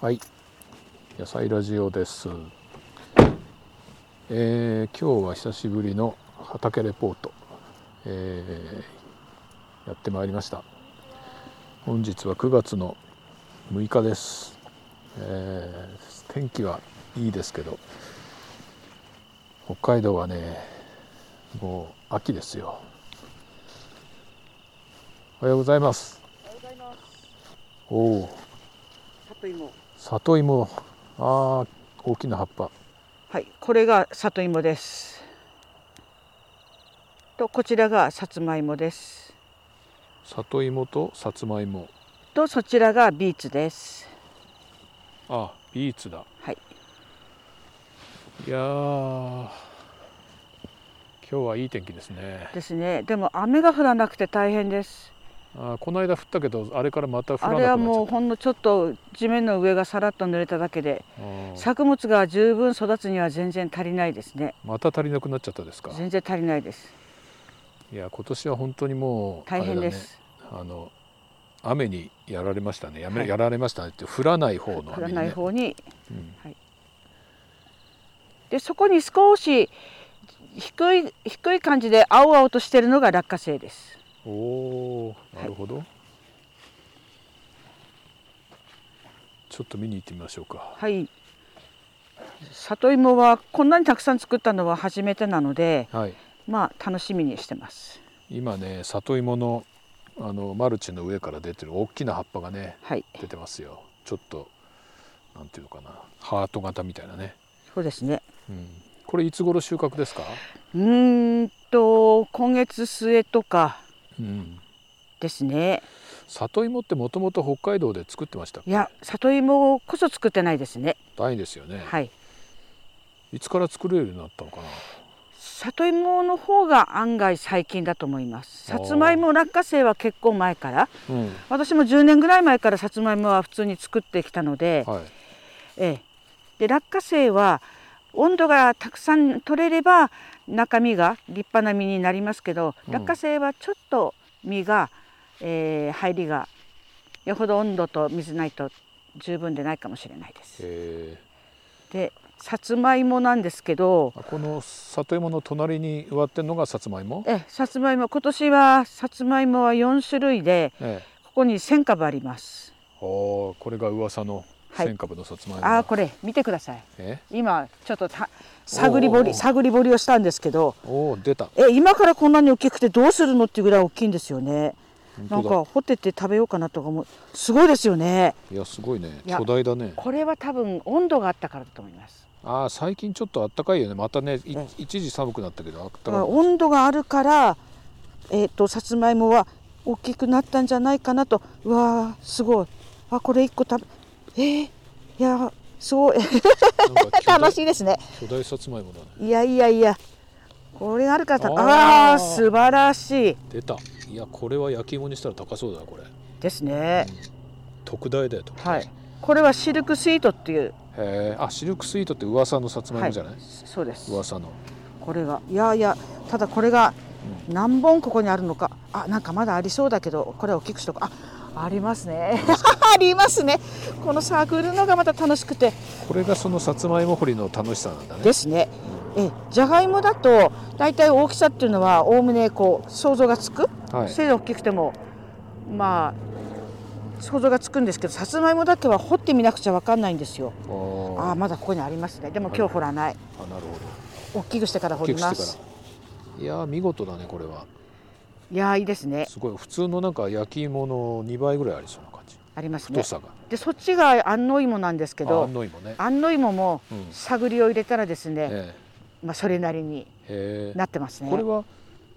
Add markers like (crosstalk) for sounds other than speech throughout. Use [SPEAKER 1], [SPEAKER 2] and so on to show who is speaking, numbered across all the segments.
[SPEAKER 1] はい野菜ラジオです、えー今日は久しぶりの畑レポート、えーやってまいりました本日は9月の6日です、えー天気はいいですけど北海道はねもう秋ですよおはようございます
[SPEAKER 2] おはようございます。
[SPEAKER 1] おお
[SPEAKER 2] 里芋。
[SPEAKER 1] 里芋あー大きな葉っぱ
[SPEAKER 2] はい、これが里芋です。とこちらがさつまいもです。
[SPEAKER 1] 里芋とさつまいも
[SPEAKER 2] とそちらがビーツです。
[SPEAKER 1] あビーツだ
[SPEAKER 2] はい。
[SPEAKER 1] いやー今日はいい天気ですね
[SPEAKER 2] ですね。でも雨が降らなくて大変です。
[SPEAKER 1] あーこの間降ったけどあれからまた降
[SPEAKER 2] あ
[SPEAKER 1] らなく
[SPEAKER 2] れ
[SPEAKER 1] な
[SPEAKER 2] は
[SPEAKER 1] っちゃ
[SPEAKER 2] も
[SPEAKER 1] っ
[SPEAKER 2] うほんのちょっと地面の上がさらっと濡れただけで、
[SPEAKER 1] たうん
[SPEAKER 2] 作物が十分育つには全然足りないですね。
[SPEAKER 1] また足りなくなっちゃったですか
[SPEAKER 2] 全然足りないです。
[SPEAKER 1] いや今年は本当にもう
[SPEAKER 2] 大変で
[SPEAKER 1] あれだね
[SPEAKER 2] す。
[SPEAKER 1] あの雨にやられましたねやめ、
[SPEAKER 2] はい
[SPEAKER 1] やられましたねって降らない方の雨
[SPEAKER 2] 降ら
[SPEAKER 1] に、ね、
[SPEAKER 2] ない方に
[SPEAKER 1] うん
[SPEAKER 2] でそこに少し低い低い感じで青々としてるのが落花生です。
[SPEAKER 1] おおなるほど、ちょっと見に行ってみましょうか
[SPEAKER 2] はい。里芋はこんなにたくさん作ったのは初めてなので、
[SPEAKER 1] はい
[SPEAKER 2] まあ楽しみにしてます。
[SPEAKER 1] 今ね里芋のあのマルチの上から出てる大きな葉っぱがね
[SPEAKER 2] はい。
[SPEAKER 1] 出てますよちょっとなんていうのかなハート型みたいなね、
[SPEAKER 2] そうですね。
[SPEAKER 1] うん、これいつ頃収穫ですか、
[SPEAKER 2] うーんと今月末とか
[SPEAKER 1] うん、
[SPEAKER 2] ですね。
[SPEAKER 1] 里芋ってもともと北海道で作ってましたっけ
[SPEAKER 2] いや里芋こそ作ってないですね。
[SPEAKER 1] ないですよね、
[SPEAKER 2] はい。
[SPEAKER 1] い、つから作れるようになったのかな
[SPEAKER 2] 里芋の方が案外最近だと思います。
[SPEAKER 1] あ
[SPEAKER 2] さ
[SPEAKER 1] ー
[SPEAKER 2] つまいも落花生は結構前から、
[SPEAKER 1] うん
[SPEAKER 2] 私も10年ぐらい前からさつまいもは普通に作ってきたので、
[SPEAKER 1] はい
[SPEAKER 2] ええ、で落花生は温度がたくさん取れれば中身が立派な実になりますけど、
[SPEAKER 1] うん
[SPEAKER 2] 落花生はちょっと実が、えー、入りがよほど温度と水ないと十分でないかもしれないです。
[SPEAKER 1] え
[SPEAKER 2] でさつまいもなんですけど
[SPEAKER 1] ー、あこの里芋の隣に植わってるのがさつまいも、
[SPEAKER 2] ええさつまいも今年はさつまいもは4種類で
[SPEAKER 1] ええ
[SPEAKER 2] ここに1000株あります。
[SPEAKER 1] おーこれが噂の
[SPEAKER 2] はい
[SPEAKER 1] 千株のさつまいもだ、
[SPEAKER 2] あーこれ見てください
[SPEAKER 1] え
[SPEAKER 2] 今ちょっとた探り掘
[SPEAKER 1] おー
[SPEAKER 2] り探り掘りをしたんですけど
[SPEAKER 1] おー出た
[SPEAKER 2] え今からこんなに大きくてどうするのっていうぐらい大きいんですよね
[SPEAKER 1] 本
[SPEAKER 2] なん
[SPEAKER 1] 当だ
[SPEAKER 2] か掘ってって食べようかなとか思うすごいですよね
[SPEAKER 1] いやすごいね
[SPEAKER 2] いや
[SPEAKER 1] 巨大だね
[SPEAKER 2] これは多分温度があったからだと思います
[SPEAKER 1] ああ最近ちょっと暖かいよねまたねい
[SPEAKER 2] え
[SPEAKER 1] 一時寒くなったけど暖か
[SPEAKER 2] だから
[SPEAKER 1] く
[SPEAKER 2] 温度があるからえっ、とさつまいもは大きくなったんじゃないかなとうわーすごいあこれ一個食べえー、いやーすごい
[SPEAKER 1] なんか巨大
[SPEAKER 2] (laughs) 楽しいですね
[SPEAKER 1] 巨大さつまいもだね
[SPEAKER 2] いやいやいやこれがあるから
[SPEAKER 1] あー
[SPEAKER 2] ああー素晴らしい
[SPEAKER 1] 出たいやこれは焼き芋にしたら高そうだなこれ
[SPEAKER 2] ですね
[SPEAKER 1] 特大だよ特大
[SPEAKER 2] はいこれはシルクスイートっていう
[SPEAKER 1] へえあシルクスイートって噂のさつまいもじゃない、
[SPEAKER 2] そうです
[SPEAKER 1] 噂の
[SPEAKER 2] これがいやいやただこれが何本ここにあるのかあなんかまだありそうだけどこれは大きくしとこうあありますね (laughs) ありますねこのサークルのがまた楽しくて
[SPEAKER 1] これがそのさつまいも掘りの楽しさなんだね
[SPEAKER 2] ですねえじゃがいもだと大体大きさっていうのはおおむねこう想像がつく、
[SPEAKER 1] はい
[SPEAKER 2] せいぜい大きくてもまあ想像がつくんですけどさつまいもだけは掘ってみなくちゃ分かんないんですよ
[SPEAKER 1] おー
[SPEAKER 2] あーまだここにありますねでも今日掘らない
[SPEAKER 1] あなるほど
[SPEAKER 2] 大きくしてから掘
[SPEAKER 1] 大き
[SPEAKER 2] り
[SPEAKER 1] く
[SPEAKER 2] ま
[SPEAKER 1] して
[SPEAKER 2] す
[SPEAKER 1] からいやー見事だねこれはい
[SPEAKER 2] やーいいですね
[SPEAKER 1] すごい普通のなんか焼き芋の2倍ぐらいありそうな感じ
[SPEAKER 2] ありますね
[SPEAKER 1] 太さが、
[SPEAKER 2] でそっちが安納芋なんですけ
[SPEAKER 1] あ
[SPEAKER 2] ど
[SPEAKER 1] 安納芋ね
[SPEAKER 2] 安納芋も
[SPEAKER 1] うん
[SPEAKER 2] 探りを入れたらですね、
[SPEAKER 1] え
[SPEAKER 2] まあ、それなりに
[SPEAKER 1] えへえ
[SPEAKER 2] なってますね
[SPEAKER 1] これは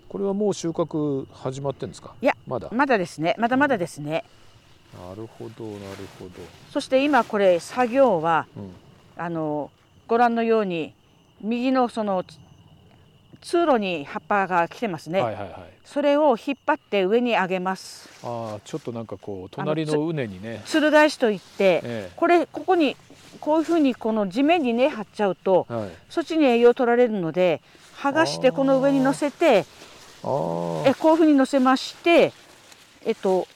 [SPEAKER 1] これはもう収穫始まってるんですか
[SPEAKER 2] いや
[SPEAKER 1] まだな
[SPEAKER 2] まだですねまだまだですね
[SPEAKER 1] るほどなるほ
[SPEAKER 2] そして今これ作業は
[SPEAKER 1] ど、うん、
[SPEAKER 2] あのご覧のように右のそのつ通路に葉っぱが来てますね、
[SPEAKER 1] はいはいはい
[SPEAKER 2] それを引っ張って上に上げます
[SPEAKER 1] ああちょっとなんかこう隣
[SPEAKER 2] あ
[SPEAKER 1] の畝にね
[SPEAKER 2] つる返しといって、
[SPEAKER 1] え
[SPEAKER 2] これここにこういうふうにこの地面に根張っちゃうと
[SPEAKER 1] えはい
[SPEAKER 2] そっちに栄養取られるので剥がしてこの上に乗せて
[SPEAKER 1] あ
[SPEAKER 2] えこういうふうに乗せまして、えっと、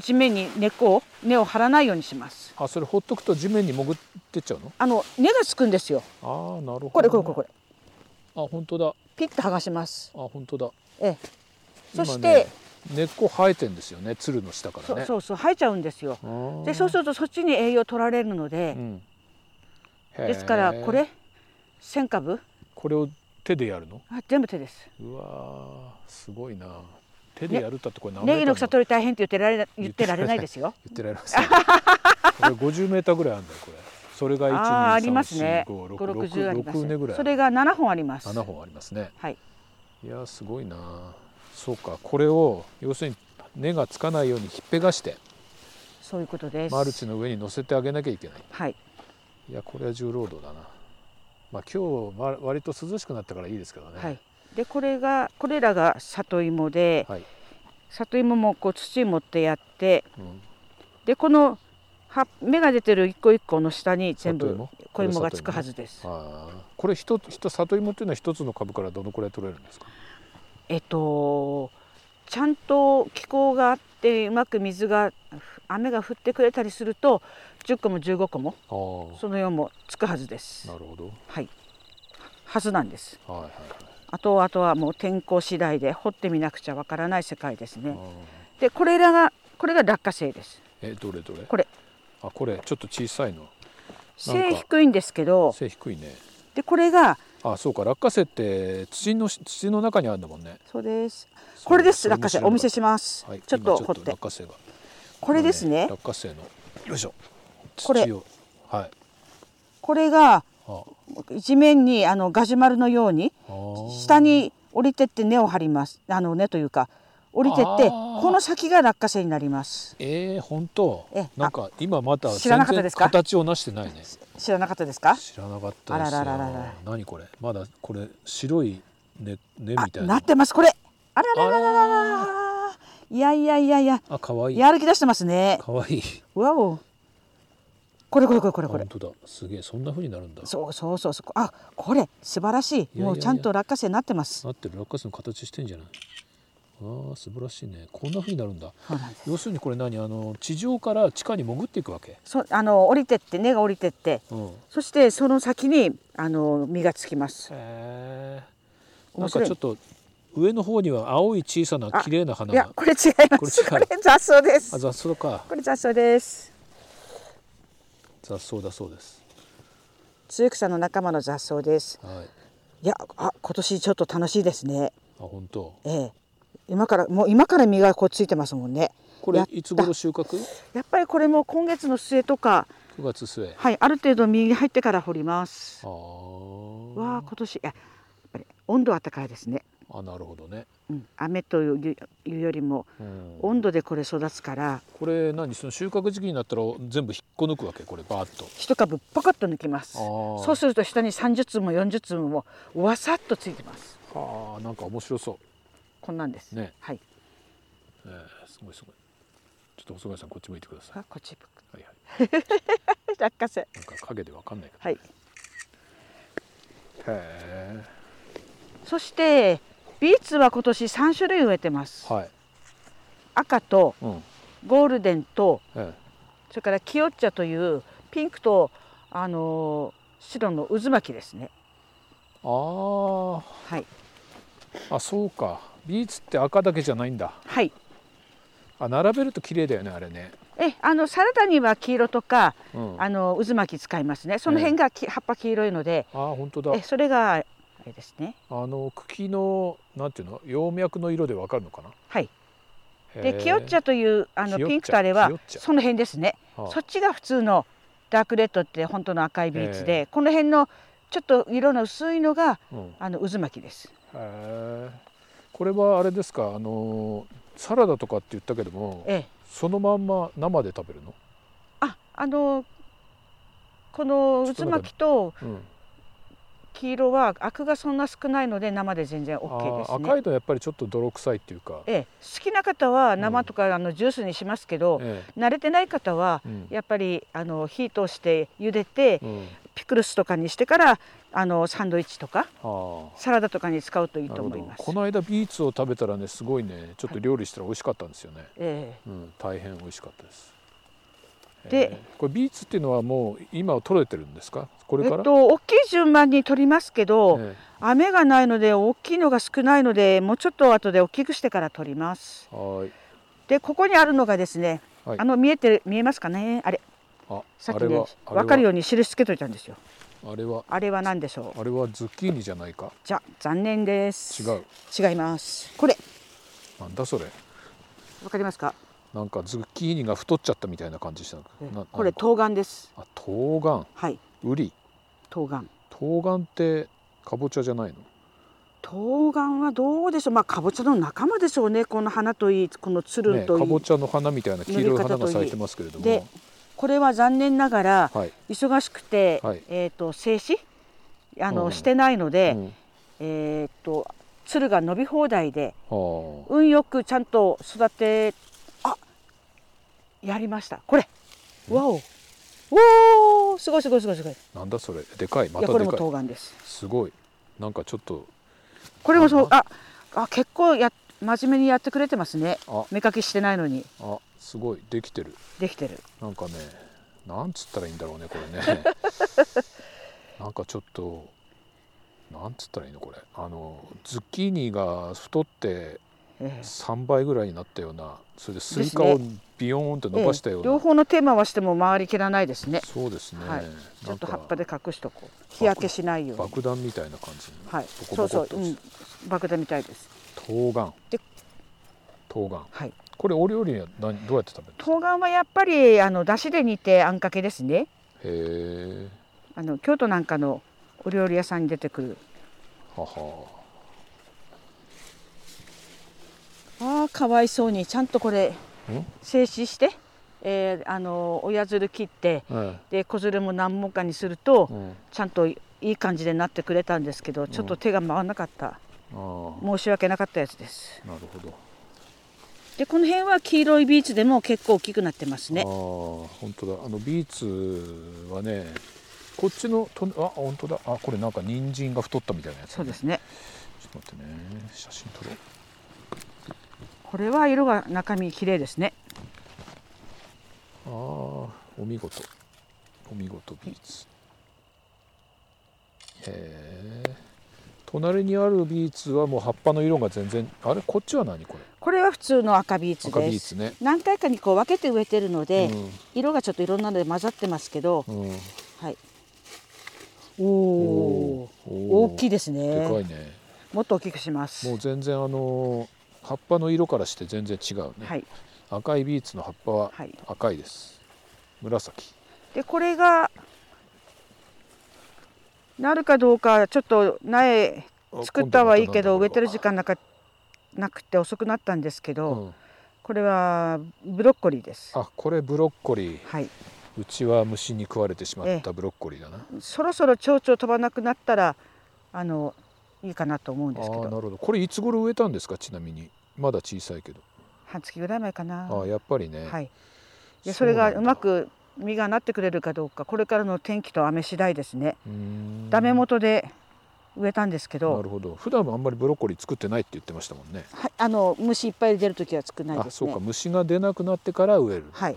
[SPEAKER 2] 地面に根っこを根を張らないようにします。
[SPEAKER 1] あそれほっとくと地面に潜ってっちゃうの
[SPEAKER 2] あの根がつくんですよ
[SPEAKER 1] ああなるほど
[SPEAKER 2] これこれこれこれ
[SPEAKER 1] あ本当だあ
[SPEAKER 2] ピッと剥がします
[SPEAKER 1] 本当だ
[SPEAKER 2] ええそして、
[SPEAKER 1] 今ね根っこ生えてんですよねつるの下から
[SPEAKER 2] そう
[SPEAKER 1] ね
[SPEAKER 2] そうそう生えちゃうんですよ
[SPEAKER 1] う
[SPEAKER 2] でそうするとそっちに栄養取られるので、
[SPEAKER 1] ん、
[SPEAKER 2] ですから
[SPEAKER 1] へー
[SPEAKER 2] これ1000株
[SPEAKER 1] これを手でやるの
[SPEAKER 2] あ全部手です
[SPEAKER 1] うわーすごいな手でやるったってこれ何メー
[SPEAKER 2] ネギ
[SPEAKER 1] タ
[SPEAKER 2] の
[SPEAKER 1] ー
[SPEAKER 2] 草
[SPEAKER 1] の
[SPEAKER 2] 取り大変って言ってられな言ってられないですよ
[SPEAKER 1] 言ってられます
[SPEAKER 2] (laughs)
[SPEAKER 1] ねこれ50メーターぐらいあるんだよこれそれが
[SPEAKER 2] ああーありますね
[SPEAKER 1] 1234567
[SPEAKER 2] あります
[SPEAKER 1] 根ぐらい
[SPEAKER 2] それが7本あります
[SPEAKER 1] 7本ありますね
[SPEAKER 2] はい
[SPEAKER 1] いやーすごいなそうかこれを要するに根がつかないようにひっぺがして
[SPEAKER 2] そういうことです
[SPEAKER 1] マルチの上に乗せてあげなきゃいけない
[SPEAKER 2] はい
[SPEAKER 1] いやこれは重労働だなまあ今日わ割と涼しくなったからいいですけどね
[SPEAKER 2] はいでこれがこれらが里芋で、
[SPEAKER 1] はい
[SPEAKER 2] 里芋もこう土持ってやって
[SPEAKER 1] うん
[SPEAKER 2] でこの葉芽が出てる一個一個の下に全
[SPEAKER 1] 里
[SPEAKER 2] 部
[SPEAKER 1] 芋
[SPEAKER 2] 小芋がつくはずです
[SPEAKER 1] あーこれ一つ一里芋っていうのは一つの株からどのくらい取れるんですか
[SPEAKER 2] えっとちゃんと気候があってうまく水がふ雨が降ってくれたりすると10個も15個も
[SPEAKER 1] ああ
[SPEAKER 2] その4もつくはずです
[SPEAKER 1] なるほど
[SPEAKER 2] はいはずなんです
[SPEAKER 1] はいはい
[SPEAKER 2] あとあとはもう天候次第で掘ってみなくちゃわからない世界です
[SPEAKER 1] はいあ
[SPEAKER 2] ね
[SPEAKER 1] ー
[SPEAKER 2] でこれらがこれが落花生です
[SPEAKER 1] えどれどれ
[SPEAKER 2] これ
[SPEAKER 1] あこれちょっと小さいの
[SPEAKER 2] 背低いんですけど
[SPEAKER 1] 背低いね
[SPEAKER 2] でこれが
[SPEAKER 1] あそうか落花生って土の土の中にあるんだもんね
[SPEAKER 2] そうです
[SPEAKER 1] そう
[SPEAKER 2] これです
[SPEAKER 1] それ
[SPEAKER 2] 落
[SPEAKER 1] も
[SPEAKER 2] 花
[SPEAKER 1] 知らな
[SPEAKER 2] 生
[SPEAKER 1] か
[SPEAKER 2] お
[SPEAKER 1] った
[SPEAKER 2] 見せします、
[SPEAKER 1] はい
[SPEAKER 2] ちょっ
[SPEAKER 1] 今
[SPEAKER 2] と掘っ
[SPEAKER 1] 落
[SPEAKER 2] て
[SPEAKER 1] 花生が
[SPEAKER 2] これですね
[SPEAKER 1] 今落花生のよいしょ
[SPEAKER 2] これ
[SPEAKER 1] 土をはい
[SPEAKER 2] これが
[SPEAKER 1] あ
[SPEAKER 2] 一面にあのガジュマルのように
[SPEAKER 1] あー
[SPEAKER 2] 下に降りてって根を張りますあの根というか降りてっ
[SPEAKER 1] あ
[SPEAKER 2] て
[SPEAKER 1] ー
[SPEAKER 2] この先が落花生になります
[SPEAKER 1] えー、本当
[SPEAKER 2] ええ
[SPEAKER 1] なんか今また
[SPEAKER 2] 知ら
[SPEAKER 1] 全
[SPEAKER 2] なかった
[SPEAKER 1] 然
[SPEAKER 2] ですか
[SPEAKER 1] 形をなしてないね
[SPEAKER 2] 知らなかったですか
[SPEAKER 1] 知らなかったですよ
[SPEAKER 2] あららららら
[SPEAKER 1] 何これまだこれ白い根根
[SPEAKER 2] あ
[SPEAKER 1] みたいな
[SPEAKER 2] なってますこれあららららら
[SPEAKER 1] あ
[SPEAKER 2] らいやいやいやいや
[SPEAKER 1] あ可愛い
[SPEAKER 2] やる気出してますね
[SPEAKER 1] 可愛い
[SPEAKER 2] わおこれこれこれこれこれ
[SPEAKER 1] 本当だすげえそんな風になるんだ
[SPEAKER 2] そうそうそうそうあこれ素晴らしい
[SPEAKER 1] やいやいや
[SPEAKER 2] もうちゃんと落花生になってます
[SPEAKER 1] なってる落花生の形してんじゃないあー素晴らしいねこんな風になるんだ
[SPEAKER 2] そうなんです
[SPEAKER 1] 要するにこれ何あの地上から地下に潜っていくわけ
[SPEAKER 2] そあの降りてって根が降りてって
[SPEAKER 1] うん
[SPEAKER 2] そしてその先にあの実がつきます
[SPEAKER 1] へえなん
[SPEAKER 2] 面白
[SPEAKER 1] か
[SPEAKER 2] い
[SPEAKER 1] ちょっと上の方には青い小さな綺麗な花
[SPEAKER 2] いや
[SPEAKER 1] が
[SPEAKER 2] これ違います
[SPEAKER 1] こ
[SPEAKER 2] こ
[SPEAKER 1] れ違
[SPEAKER 2] れ
[SPEAKER 1] う
[SPEAKER 2] 雑草です
[SPEAKER 1] あ雑草か
[SPEAKER 2] これ雑草です
[SPEAKER 1] 雑草だそうです
[SPEAKER 2] ツユクサの仲間の雑草です
[SPEAKER 1] はい
[SPEAKER 2] いやあ今年ちょっと楽しいですね
[SPEAKER 1] あ本当
[SPEAKER 2] ええ今からもう今から実がこうついてますもんね
[SPEAKER 1] これ
[SPEAKER 2] やった
[SPEAKER 1] いつ頃収穫
[SPEAKER 2] やっぱりこれも今月の末とか
[SPEAKER 1] 9月末
[SPEAKER 2] はいある程度実に入ってから掘ります
[SPEAKER 1] あ
[SPEAKER 2] わ
[SPEAKER 1] ー
[SPEAKER 2] あ今年いややっぱり温度は高いですね、
[SPEAKER 1] あなるほどね、
[SPEAKER 2] うん、雨といういうよりも
[SPEAKER 1] うん
[SPEAKER 2] 温度でこれ育つから
[SPEAKER 1] これ何その収穫時期になったら全部引っこ抜くわけこれバーッと
[SPEAKER 2] 一株パカッと抜きます
[SPEAKER 1] あー
[SPEAKER 2] そうすると下に30粒も40粒もわさっとついてます
[SPEAKER 1] はあなんか面白そ
[SPEAKER 2] こんなんです、
[SPEAKER 1] ね
[SPEAKER 2] はい、
[SPEAKER 1] う、えー、すごいすごいちょっと細貝さんこっち向いてください
[SPEAKER 2] あこっち
[SPEAKER 1] はいはい
[SPEAKER 2] 落花生
[SPEAKER 1] なんか影でわかんないか
[SPEAKER 2] はい
[SPEAKER 1] らへ
[SPEAKER 2] そしてビーツは今年3種類植えてます、
[SPEAKER 1] えはい
[SPEAKER 2] 赤と
[SPEAKER 1] うん
[SPEAKER 2] ゴールデンと
[SPEAKER 1] え
[SPEAKER 2] それからキヨッチャというピンクとあのー白の渦巻きですね
[SPEAKER 1] え、あ
[SPEAKER 2] はい
[SPEAKER 1] ああそうかビーツって赤だけじゃないんだ
[SPEAKER 2] はい
[SPEAKER 1] あ並べると綺麗だよねあれね
[SPEAKER 2] えあのサラダには黄色とか
[SPEAKER 1] うんあ
[SPEAKER 2] あの渦巻き使いますねその辺がき、葉っぱ黄色いので
[SPEAKER 1] あ本当だ
[SPEAKER 2] えそれがあれですね
[SPEAKER 1] あの茎のなんていうの葉脈の色でわかるのかな
[SPEAKER 2] はい
[SPEAKER 1] へ
[SPEAKER 2] で
[SPEAKER 1] え
[SPEAKER 2] キヨッチャというあの
[SPEAKER 1] キヨッチャ
[SPEAKER 2] ピンクとあれは
[SPEAKER 1] キヨッチャ
[SPEAKER 2] その辺ですね
[SPEAKER 1] はあ
[SPEAKER 2] そっちが普通のダークレッドって本当の赤いビーツ
[SPEAKER 1] え
[SPEAKER 2] でこの辺のちょっと色の薄いのが
[SPEAKER 1] うん
[SPEAKER 2] あの渦巻きです
[SPEAKER 1] へえこれはあれですかあのサラダとかって言ったけども
[SPEAKER 2] ええ
[SPEAKER 1] そのまんま生で食べるの、
[SPEAKER 2] ああのこの渦巻きと
[SPEAKER 1] うん
[SPEAKER 2] 黄色はアクがそんな少ないので生で全然 OK です
[SPEAKER 1] あー
[SPEAKER 2] ね
[SPEAKER 1] 赤いのやっぱりちょっと泥臭いっていうか、
[SPEAKER 2] ええ、好きな方は生とかあのジュースにしますけど、
[SPEAKER 1] え
[SPEAKER 2] 慣れてない方は
[SPEAKER 1] えうん
[SPEAKER 2] やっぱりあの火通して茹でて
[SPEAKER 1] うん
[SPEAKER 2] ピクルスとかにしてからあのサンドイッチとか
[SPEAKER 1] あ
[SPEAKER 2] サラダとかに使うといい
[SPEAKER 1] あな
[SPEAKER 2] と
[SPEAKER 1] るほ
[SPEAKER 2] 思い
[SPEAKER 1] ど
[SPEAKER 2] ます
[SPEAKER 1] こ。の間ビーツを食べたらねすごいねちょっと料理したら美味しかったんですよね、
[SPEAKER 2] ええ
[SPEAKER 1] うん、大変美味しかったです
[SPEAKER 2] で
[SPEAKER 1] えーこれビーツっていうのはもう今は取れてるんですかこれ
[SPEAKER 2] え
[SPEAKER 1] か
[SPEAKER 2] っ
[SPEAKER 1] ら、
[SPEAKER 2] と大きい順番に取りますけど、
[SPEAKER 1] え
[SPEAKER 2] 雨がないので大きいのが少ないのでもうちょっと後で大きくしてから取ります
[SPEAKER 1] ーはーい
[SPEAKER 2] でここにあるのがですね、
[SPEAKER 1] はい
[SPEAKER 2] あの見えてる見えますかねあれ
[SPEAKER 1] あ
[SPEAKER 2] さっ
[SPEAKER 1] あ
[SPEAKER 2] き
[SPEAKER 1] れ
[SPEAKER 2] ね
[SPEAKER 1] はあれは
[SPEAKER 2] 分かるように印つけといたんですよ
[SPEAKER 1] あれは
[SPEAKER 2] あれは何でしょう
[SPEAKER 1] あれはズッキーニじゃないか
[SPEAKER 2] じゃ残念です
[SPEAKER 1] 違う
[SPEAKER 2] 違いますこれ
[SPEAKER 1] なんだそれ
[SPEAKER 2] わかりますか
[SPEAKER 1] なんかズッキーニが太っちゃったみたいな感じしたのな
[SPEAKER 2] こ
[SPEAKER 1] な
[SPEAKER 2] れ
[SPEAKER 1] んか
[SPEAKER 2] 冬瓜です
[SPEAKER 1] あ冬瓜
[SPEAKER 2] はい
[SPEAKER 1] ウリ
[SPEAKER 2] 冬瓜
[SPEAKER 1] 冬瓜ってかぼちゃじゃないの
[SPEAKER 2] 冬瓜はどうでしょうまあかぼちゃの仲間でしょうねこの花といいこのつる
[SPEAKER 1] ね、
[SPEAKER 2] んとい
[SPEAKER 1] か
[SPEAKER 2] い、
[SPEAKER 1] ぼちゃの花みたいな黄色い花が咲いてますけれど
[SPEAKER 2] で
[SPEAKER 1] も
[SPEAKER 2] これは残念ながら
[SPEAKER 1] はい、
[SPEAKER 2] 忙しくて、
[SPEAKER 1] はい
[SPEAKER 2] えっ、と静止あの、
[SPEAKER 1] うん
[SPEAKER 2] してないので、
[SPEAKER 1] うん、
[SPEAKER 2] えっ、とつるが伸び放題で
[SPEAKER 1] はあ
[SPEAKER 2] 運よくちゃんと育てあやりましたこれわおおーすごいすごいすごいすごいい
[SPEAKER 1] なんだそれでかいま
[SPEAKER 2] や
[SPEAKER 1] た
[SPEAKER 2] これ
[SPEAKER 1] で
[SPEAKER 2] も
[SPEAKER 1] かい
[SPEAKER 2] 冬瓜です
[SPEAKER 1] すごいなんかちょっと
[SPEAKER 2] これもそうああ結構や真面目にやってくれてますね
[SPEAKER 1] あ
[SPEAKER 2] 目かきしてないのに
[SPEAKER 1] あすごいできてる
[SPEAKER 2] できてる
[SPEAKER 1] なんかねなんつったらいいんだろうねこれ
[SPEAKER 2] (laughs)
[SPEAKER 1] ねなんかちょっとなんつったらいいのこれあのズッキーニが太って
[SPEAKER 2] ええ
[SPEAKER 1] 3倍ぐらいになったようなそれでスイカ
[SPEAKER 2] です
[SPEAKER 1] をビヨーンって伸ばしたよ
[SPEAKER 2] え
[SPEAKER 1] うな、
[SPEAKER 2] え両方のテーマはしても回りきらないですね
[SPEAKER 1] そうですね、
[SPEAKER 2] はいち
[SPEAKER 1] な
[SPEAKER 2] ょ
[SPEAKER 1] ん
[SPEAKER 2] っと葉
[SPEAKER 1] か
[SPEAKER 2] っぱで隠しとこう日焼けしないように
[SPEAKER 1] 爆弾みたいな感じに
[SPEAKER 2] はい
[SPEAKER 1] ボコ
[SPEAKER 2] そ
[SPEAKER 1] ボコ
[SPEAKER 2] うそ
[SPEAKER 1] っ
[SPEAKER 2] う、
[SPEAKER 1] と
[SPEAKER 2] うん、爆弾みたいです
[SPEAKER 1] 冬瓜
[SPEAKER 2] で
[SPEAKER 1] 冬瓜
[SPEAKER 2] はい
[SPEAKER 1] これお料理には何どうやって食べるんですか
[SPEAKER 2] 冬瓜はやっぱりあの出汁で煮てあんかけです
[SPEAKER 1] へ
[SPEAKER 2] ね
[SPEAKER 1] え
[SPEAKER 2] あの京都なんかのお料理屋さんに出てくる
[SPEAKER 1] はは
[SPEAKER 2] あーかわいそうにちゃんとこれ静止して、えーあの親づる切って
[SPEAKER 1] え
[SPEAKER 2] で子づるも何本かにすると、
[SPEAKER 1] えうん
[SPEAKER 2] ちゃんといい感じでなってくれたんですけどちょっと手が回らなかった、
[SPEAKER 1] あ
[SPEAKER 2] 申し訳なかったやつです
[SPEAKER 1] あなるほど
[SPEAKER 2] でこの辺は黄色いビーチでも結構大きくなってます
[SPEAKER 1] ああ
[SPEAKER 2] ね
[SPEAKER 1] 本当だあのビーツはねこっちのとあ本当だあこれなんか人参が太ったみたいなやつ
[SPEAKER 2] そ
[SPEAKER 1] だ
[SPEAKER 2] う
[SPEAKER 1] ね、
[SPEAKER 2] ですね
[SPEAKER 1] ちょっと待ってね写真撮ろう
[SPEAKER 2] これは色が中身綺麗ですね
[SPEAKER 1] ああお見事お見事ビーツへえ隣にあるビーツはもう葉っぱの色が全然あれこっちは何これ
[SPEAKER 2] これは普通の赤ビーツ
[SPEAKER 1] 赤ビ
[SPEAKER 2] で
[SPEAKER 1] ー
[SPEAKER 2] す
[SPEAKER 1] ツね
[SPEAKER 2] 何回かにこう分けて植えてるので、
[SPEAKER 1] うん
[SPEAKER 2] 色がちょっといろんなので混ざってますけど、
[SPEAKER 1] うん
[SPEAKER 2] はいおお
[SPEAKER 1] おー
[SPEAKER 2] 大きいです
[SPEAKER 1] でか
[SPEAKER 2] ね
[SPEAKER 1] いね
[SPEAKER 2] もっと大きくします
[SPEAKER 1] もう全然あのー葉っぱの色からして全然違うね、
[SPEAKER 2] はい
[SPEAKER 1] 赤いビーツの葉っぱは
[SPEAKER 2] はい
[SPEAKER 1] 赤いです、紫
[SPEAKER 2] でこれがなるかどうかちょっと苗
[SPEAKER 1] あ
[SPEAKER 2] 作ったはいいけど
[SPEAKER 1] 今度
[SPEAKER 2] 植え
[SPEAKER 1] また
[SPEAKER 2] てる時間なかなくて遅くなったんですけど、
[SPEAKER 1] うん
[SPEAKER 2] これはブロッコリーです。
[SPEAKER 1] あこれブロッコリー
[SPEAKER 2] はいう
[SPEAKER 1] ちは虫に食われてしまったブロッコリーだな、
[SPEAKER 2] そろそろ蝶々飛ばなくなったらあのいいかなと思うん
[SPEAKER 1] あ
[SPEAKER 2] で
[SPEAKER 1] あ
[SPEAKER 2] すけ
[SPEAKER 1] ーなる
[SPEAKER 2] ど
[SPEAKER 1] ほどこれいつ頃植えたんですかちなみにまだ小さいけど
[SPEAKER 2] 半月ぐらい前かな。
[SPEAKER 1] ああやっぱりね、
[SPEAKER 2] はい、でそ
[SPEAKER 1] そうな
[SPEAKER 2] れ
[SPEAKER 1] んだ
[SPEAKER 2] がうまく実がなってくれるかどうかこれからの天気と雨次第ですね。
[SPEAKER 1] うーん
[SPEAKER 2] ダメ元で植えたんですけ
[SPEAKER 1] な
[SPEAKER 2] ど
[SPEAKER 1] るほど普段はあんまりブロッコリー作ってないって言ってましたもんね
[SPEAKER 2] はい、あの虫いっぱい出る時は少ない
[SPEAKER 1] あ
[SPEAKER 2] です
[SPEAKER 1] そう
[SPEAKER 2] ね
[SPEAKER 1] か。虫が出なくなってから植える
[SPEAKER 2] はい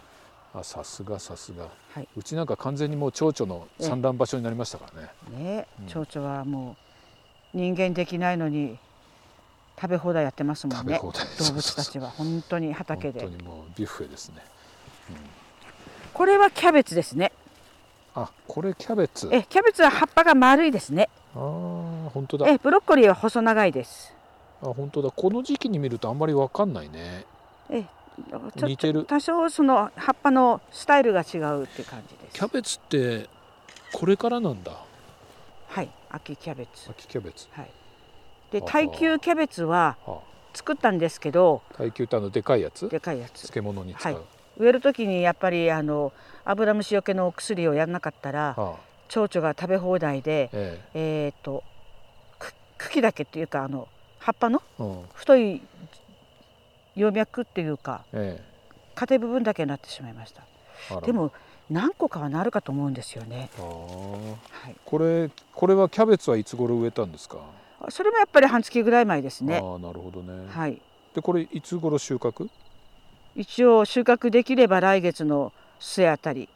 [SPEAKER 1] あさすがさすが
[SPEAKER 2] はいう
[SPEAKER 1] ちなんか完全にもう蝶々の産卵場所になりましたからね、
[SPEAKER 2] ね
[SPEAKER 1] うん
[SPEAKER 2] 蝶々はもう人間できないのに食べ放題やってますもん
[SPEAKER 1] 食べ
[SPEAKER 2] ね
[SPEAKER 1] 放題
[SPEAKER 2] 動物たちは本当に畑で
[SPEAKER 1] 本当にもうビュッフェですね
[SPEAKER 2] これはキャベツですね
[SPEAKER 1] あこれキャベツあ
[SPEAKER 2] えキャベツは葉っぱが丸いですね
[SPEAKER 1] あー本当だ
[SPEAKER 2] えブロッコリーは細長いです
[SPEAKER 1] あ本当だこの時期に見るとあんまりわかんないね
[SPEAKER 2] えちょ
[SPEAKER 1] 似てる
[SPEAKER 2] 多少その葉っぱのスタイルが違うっていう感じで
[SPEAKER 1] キ
[SPEAKER 2] す
[SPEAKER 1] ャベツってこれからなんだ
[SPEAKER 2] はい秋キャベツ
[SPEAKER 1] 秋キャベツ
[SPEAKER 2] はいで
[SPEAKER 1] あは
[SPEAKER 2] 耐久キャベツは
[SPEAKER 1] あ
[SPEAKER 2] 作ったんですけど
[SPEAKER 1] 耐久ってあのでかいやつ
[SPEAKER 2] でかいやつ
[SPEAKER 1] 漬物に使う、
[SPEAKER 2] はい植える時にやっぱりあの油虫よけのお薬をやんなかったら
[SPEAKER 1] ああ
[SPEAKER 2] 蝶々が食べ放題で
[SPEAKER 1] え
[SPEAKER 2] えー、とく茎だけっていうかあの葉っぱの
[SPEAKER 1] えうん
[SPEAKER 2] 太い葉脈っていうか
[SPEAKER 1] え
[SPEAKER 2] 硬い部分だけになってしまいました
[SPEAKER 1] えあら
[SPEAKER 2] でも何個かはなるかと思うんですよね、
[SPEAKER 1] あー
[SPEAKER 2] はい、
[SPEAKER 1] これこれはキャベツはいつ頃植えたんですか
[SPEAKER 2] それもやっぱり半月ぐらい前ですね
[SPEAKER 1] ああなるほどね、
[SPEAKER 2] はい
[SPEAKER 1] でこれいつ頃収穫
[SPEAKER 2] 一応収穫できれば来月の末あたり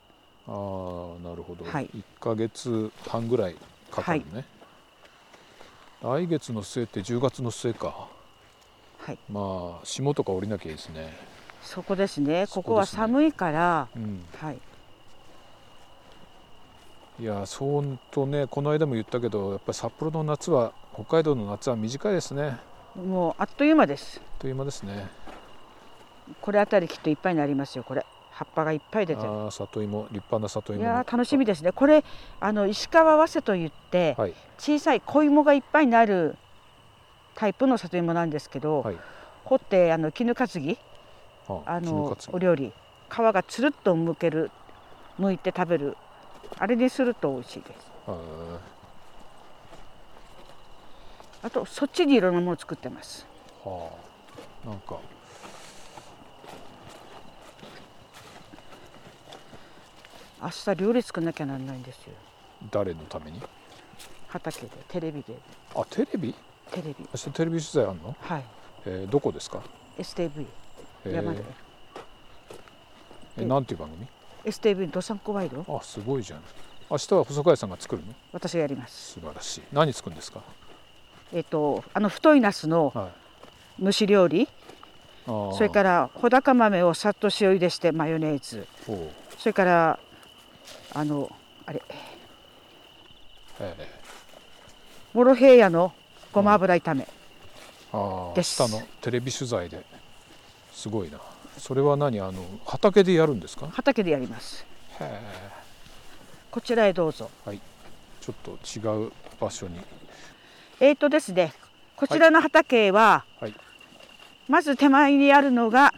[SPEAKER 1] あーなるほど、
[SPEAKER 2] はい
[SPEAKER 1] 1ヶ月半ぐらいかかるのね、来月の末って10月の末か
[SPEAKER 2] はい
[SPEAKER 1] まあ霜とか降りなきゃいいですね
[SPEAKER 2] そこですね
[SPEAKER 1] そこですね
[SPEAKER 2] ここは寒いから、
[SPEAKER 1] うん
[SPEAKER 2] はい
[SPEAKER 1] いやそうほんとねこの間も言ったけどやっぱり札幌の夏は北海道の夏は短いですねあっ
[SPEAKER 2] もうあっという間です
[SPEAKER 1] という間ですね
[SPEAKER 2] これあたりきっといっぱいになりますよこれ葉っぱがいっぱい
[SPEAKER 1] あ
[SPEAKER 2] 出てる
[SPEAKER 1] ー里芋立派な里
[SPEAKER 2] い
[SPEAKER 1] 芋
[SPEAKER 2] やー楽しみですねこれあの石川早生といって、
[SPEAKER 1] はい
[SPEAKER 2] 小さい小芋がいっぱいになるタイプの里芋なんですけど、
[SPEAKER 1] はい
[SPEAKER 2] 掘ってあの絹担ぎ
[SPEAKER 1] あ
[SPEAKER 2] あ
[SPEAKER 1] 絹
[SPEAKER 2] の
[SPEAKER 1] かつ
[SPEAKER 2] お料理皮がつるっとむける剥いて食べるあれにすると美味しいです
[SPEAKER 1] あー
[SPEAKER 2] あとそっちにいろんなものを作ってます
[SPEAKER 1] はあなんか
[SPEAKER 2] 明日料理作んなきゃなんないんですよ
[SPEAKER 1] 誰のために
[SPEAKER 2] 畑でテレビで
[SPEAKER 1] あテレビ
[SPEAKER 2] テレビ
[SPEAKER 1] 明日テレビ取材あるの、
[SPEAKER 2] はい
[SPEAKER 1] えーどこですか、
[SPEAKER 2] STV
[SPEAKER 1] えー
[SPEAKER 2] 山で、
[SPEAKER 1] えなんていう番組
[SPEAKER 2] STV どさんこワイド
[SPEAKER 1] あすごいじゃん明日は細貝さんが作るの
[SPEAKER 2] 私がやります
[SPEAKER 1] 素晴らしい何作るんですか
[SPEAKER 2] えっ、とあの太いナスの
[SPEAKER 1] はい
[SPEAKER 2] 蒸し料理それからら小高豆をさっと塩茹でしてマヨネーズ
[SPEAKER 1] おう
[SPEAKER 2] それからあのあれ
[SPEAKER 1] ええ
[SPEAKER 2] モロヘイヤのごま油炒め、
[SPEAKER 1] ああ
[SPEAKER 2] です
[SPEAKER 1] 明日のテレビ取材ですごいなそれは何あの畑でやるんですか
[SPEAKER 2] 畑でやります
[SPEAKER 1] へ
[SPEAKER 2] こちらへどうぞ
[SPEAKER 1] えはいちょっと違う場所に
[SPEAKER 2] えーとですねこちらの畑は、
[SPEAKER 1] はい
[SPEAKER 2] まず手前にあるのが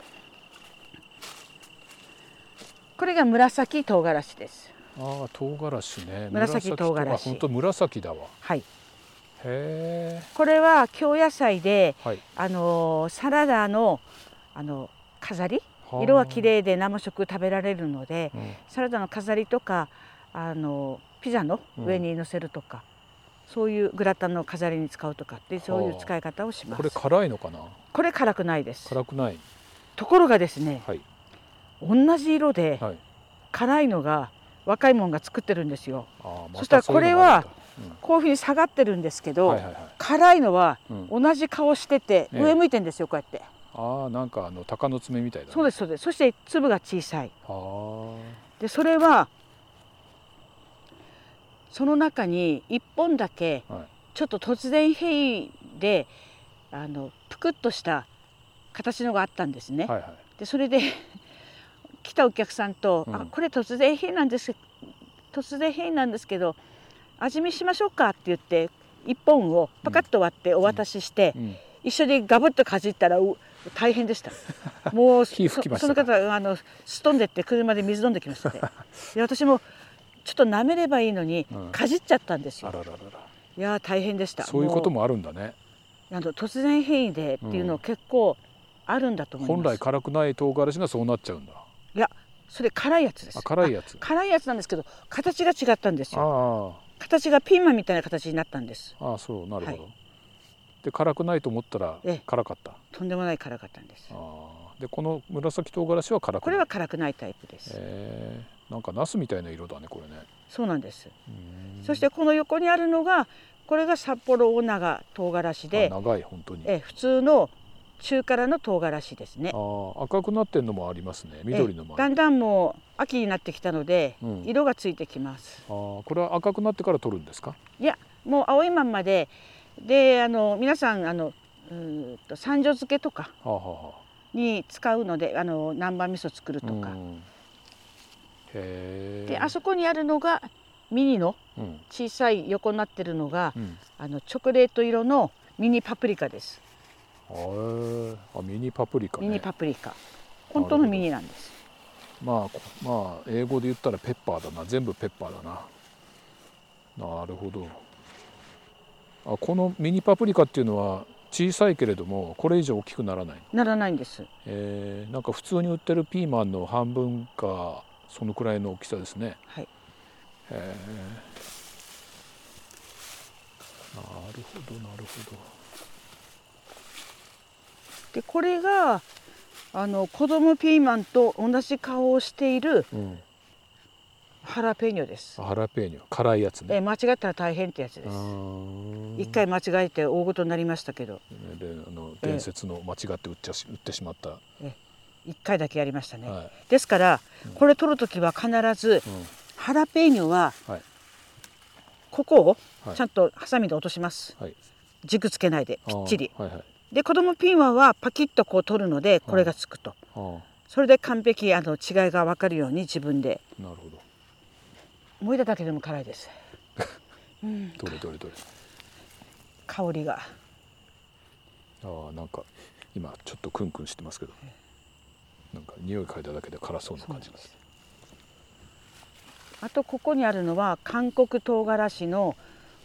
[SPEAKER 2] これが紫唐辛子です
[SPEAKER 1] ああ唐辛子ね
[SPEAKER 2] 紫唐辛子
[SPEAKER 1] あ本当紫だわ
[SPEAKER 2] はい
[SPEAKER 1] へえ
[SPEAKER 2] これは京野菜で
[SPEAKER 1] はい
[SPEAKER 2] あのーサラダのあの飾り
[SPEAKER 1] あ
[SPEAKER 2] 色は綺麗で生食食べられるので
[SPEAKER 1] うん
[SPEAKER 2] サラダの飾りとかあのピザの上に乗せるとか、そういうグラタンの飾りに使うとかってそういう使い方をします
[SPEAKER 1] これ辛いのかな
[SPEAKER 2] これ辛くないです
[SPEAKER 1] 辛くない
[SPEAKER 2] ところがですね
[SPEAKER 1] はい
[SPEAKER 2] 同じ色で
[SPEAKER 1] はい
[SPEAKER 2] 辛いのが若いもんが作ってるんですよ
[SPEAKER 1] あーま
[SPEAKER 2] そしたらこれは
[SPEAKER 1] そういうのが
[SPEAKER 2] こういうふうに下がってるんですけど、
[SPEAKER 1] あるんだうんはいはいはい
[SPEAKER 2] 辛いのは
[SPEAKER 1] うん
[SPEAKER 2] 同じ顔してて、
[SPEAKER 1] ええ
[SPEAKER 2] 上向いてんですよこうやって
[SPEAKER 1] ああなんかあの鷹の爪みたいだ、ね、
[SPEAKER 2] そうですすそうですそして粒が小さい
[SPEAKER 1] あー
[SPEAKER 2] でそれはその中に1本だけ
[SPEAKER 1] はい
[SPEAKER 2] ちょっと突然変異であのぷくっとした形のがあったんですね。
[SPEAKER 1] はいはい
[SPEAKER 2] でそれで来たお客さんと「
[SPEAKER 1] うん
[SPEAKER 2] あこれ突然変異なんです突然変異なんですけど味見しましょうか」って言って1本をパカッと割ってお渡しして、
[SPEAKER 1] うん
[SPEAKER 2] 一緒にガブッとかじったらう大変で
[SPEAKER 1] (laughs)
[SPEAKER 2] したもう
[SPEAKER 1] 火吹きました
[SPEAKER 2] そその
[SPEAKER 1] か
[SPEAKER 2] 方あのすっ飛んでって車で水飲んできました
[SPEAKER 1] (laughs)
[SPEAKER 2] ねで私もちょっと舐めればいいのに、
[SPEAKER 1] うん
[SPEAKER 2] かじっちゃったんです
[SPEAKER 1] あら
[SPEAKER 2] よ
[SPEAKER 1] らら
[SPEAKER 2] いやー大変でし
[SPEAKER 1] ら
[SPEAKER 2] た
[SPEAKER 1] そういうこと
[SPEAKER 2] も
[SPEAKER 1] もあるんだね
[SPEAKER 2] うあの突然変異でっていうの
[SPEAKER 1] うん
[SPEAKER 2] 結構あるんだと思います、
[SPEAKER 1] 本来辛くない唐辛子がそうなっちゃうんだ
[SPEAKER 2] いやそれ辛いやつです
[SPEAKER 1] あ辛いやつ
[SPEAKER 2] あ辛いやつなんですけど形が違ったんです
[SPEAKER 1] あ
[SPEAKER 2] よ
[SPEAKER 1] ー
[SPEAKER 2] 形がピーマンみたいな形になったんです
[SPEAKER 1] あーそうなるほど、
[SPEAKER 2] は
[SPEAKER 1] で辛くないと思ったら
[SPEAKER 2] ええ
[SPEAKER 1] 辛かった
[SPEAKER 2] とんでもない辛かったんです
[SPEAKER 1] あーでこの紫唐辛子は辛くない
[SPEAKER 2] これは辛くないタイプです、
[SPEAKER 1] えー、なんかナスみたいな色だねこれね
[SPEAKER 2] そうなんです
[SPEAKER 1] うーん
[SPEAKER 2] そしてこの横にあるのがこれが札幌オナガ唐辛子で
[SPEAKER 1] あ、長い本当に
[SPEAKER 2] え普通の中辛の唐辛子ですね
[SPEAKER 1] あ。ー赤くなってんのもありますね緑のも
[SPEAKER 2] え
[SPEAKER 1] あ
[SPEAKER 2] だ
[SPEAKER 1] る
[SPEAKER 2] んだんもう秋になってきたので、
[SPEAKER 1] うん
[SPEAKER 2] 色がついてきます。
[SPEAKER 1] あーこれは赤くなってから取るんですか
[SPEAKER 2] いやもう青いまんまでであの皆さんあのうーんと三女漬けとか
[SPEAKER 1] はあ、はあは
[SPEAKER 2] に使うのであの南蛮味噌作る
[SPEAKER 1] あ、
[SPEAKER 2] とか
[SPEAKER 1] う。んへえ
[SPEAKER 2] であそこにあるのがミニの
[SPEAKER 1] うん
[SPEAKER 2] 小さい横になってるのが、
[SPEAKER 1] うん
[SPEAKER 2] あのチョコレート色のミニパプリカです。
[SPEAKER 1] あーあミニパプリカね
[SPEAKER 2] ミニパプリカ本当のミニなんです。
[SPEAKER 1] まあこまあ英語で言ったらペッパーだな全部ペッパーだななるほどあこのミニパプリカっていうのは小さいけれどもこれ以上大きくならない、
[SPEAKER 2] ならないんです。
[SPEAKER 1] えーなんか普通に売ってるピーマンの半分かそのくらいの大きさですね
[SPEAKER 2] はい。
[SPEAKER 1] へえなるほどなるほど
[SPEAKER 2] でこれがああの子供ピーマンと同じ顔をしている
[SPEAKER 1] うん、
[SPEAKER 2] ハラペーニョです。
[SPEAKER 1] ハラペーニョ辛いやつ
[SPEAKER 2] え
[SPEAKER 1] ね
[SPEAKER 2] 間違ったら大変ってやつです。一回間違えて大ごとになりましたけど、
[SPEAKER 1] であの伝説の間違って売っちゃし売ってしまった、
[SPEAKER 2] 一回だけやりましたね。
[SPEAKER 1] は
[SPEAKER 2] ですから、これ取るときは必
[SPEAKER 1] い、う
[SPEAKER 2] ず
[SPEAKER 1] ん、
[SPEAKER 2] ハラペーニョは
[SPEAKER 1] はい
[SPEAKER 2] ここ
[SPEAKER 1] は
[SPEAKER 2] を
[SPEAKER 1] い
[SPEAKER 2] ちゃんとハサミで落とします。
[SPEAKER 1] はい
[SPEAKER 2] 軸つけないで
[SPEAKER 1] あ
[SPEAKER 2] き
[SPEAKER 1] ー
[SPEAKER 2] っちり。
[SPEAKER 1] はいはい
[SPEAKER 2] で子供ピーマンはパキッとこう取るのでこれがつくと。
[SPEAKER 1] あー
[SPEAKER 2] それで完璧あの違いが分かるように自分で
[SPEAKER 1] なるほど
[SPEAKER 2] 燃えただけでも辛い
[SPEAKER 1] (laughs)
[SPEAKER 2] です。うん、
[SPEAKER 1] どれどれどれ
[SPEAKER 2] 香りが。
[SPEAKER 1] ああなんか今ちょっとクンクンしてますけどなんか匂い嗅いだだけで辛そうな感じがする
[SPEAKER 2] あとここにあるのは韓国唐辛子の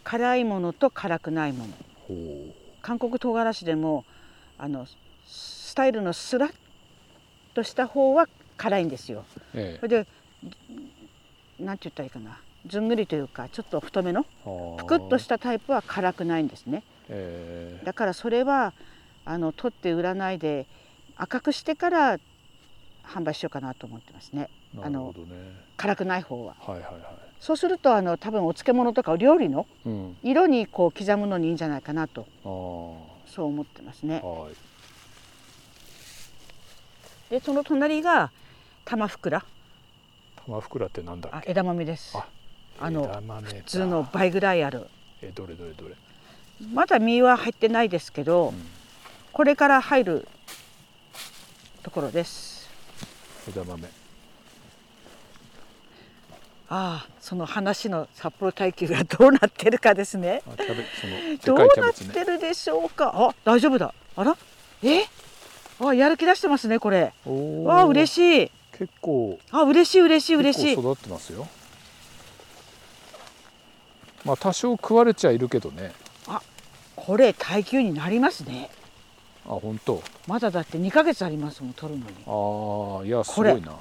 [SPEAKER 2] 辛いものと辛くないもの。
[SPEAKER 1] ほう
[SPEAKER 2] 韓国唐辛子でもあのスタイルのスラッとした方は辛いんですよ。
[SPEAKER 1] え
[SPEAKER 2] そ
[SPEAKER 1] え
[SPEAKER 2] れでなんて言ったらいいかなずんぐりというかちょっと太めの
[SPEAKER 1] ぷ
[SPEAKER 2] ぷくっとしたタイプは辛くないんですね。
[SPEAKER 1] ええ
[SPEAKER 2] だからそれはあの取って売らないで赤くしてから販売しようかなと思ってますね。
[SPEAKER 1] な
[SPEAKER 2] あ
[SPEAKER 1] るほ
[SPEAKER 2] の
[SPEAKER 1] どね
[SPEAKER 2] 辛くない方は。
[SPEAKER 1] はいはいは
[SPEAKER 2] そうするとあの多分お漬物とかお料理の
[SPEAKER 1] いうん
[SPEAKER 2] 色にこう刻むのにいいんじゃないかなと
[SPEAKER 1] ああ
[SPEAKER 2] そう思ってますね。
[SPEAKER 1] はい
[SPEAKER 2] でその隣が玉ふくら
[SPEAKER 1] 玉袋ってなんだっ
[SPEAKER 2] あ
[SPEAKER 1] け
[SPEAKER 2] 枝豆です。
[SPEAKER 1] あ
[SPEAKER 2] あの
[SPEAKER 1] 枝豆普
[SPEAKER 2] 普通の倍ぐらいある。
[SPEAKER 1] えどれどれどれ
[SPEAKER 2] まだ実は入ってないですけど、
[SPEAKER 1] ん
[SPEAKER 2] これから入るところです。
[SPEAKER 1] 枝豆
[SPEAKER 2] ああその話の札幌耐久がどうなってるかですね。
[SPEAKER 1] あキャベツそので
[SPEAKER 2] どう
[SPEAKER 1] かいキャ
[SPEAKER 2] な
[SPEAKER 1] ベ
[SPEAKER 2] っ
[SPEAKER 1] ツ
[SPEAKER 2] て
[SPEAKER 1] ね
[SPEAKER 2] るでしょうか。あ大丈夫だ。あらえあやる気出してますねこれ。
[SPEAKER 1] お
[SPEAKER 2] わあ嬉
[SPEAKER 1] しい
[SPEAKER 2] しい。
[SPEAKER 1] 結構
[SPEAKER 2] あ嬉しい嬉しい嬉し
[SPEAKER 1] 結。
[SPEAKER 2] い
[SPEAKER 1] 構育ってますよまあ多少食われちゃいるけどね
[SPEAKER 2] これ耐久になりますね
[SPEAKER 1] あ本当
[SPEAKER 2] まだだって2ヶ月ありますもん取るのに
[SPEAKER 1] ああいやす
[SPEAKER 2] こ
[SPEAKER 1] ご
[SPEAKER 2] れ
[SPEAKER 1] いな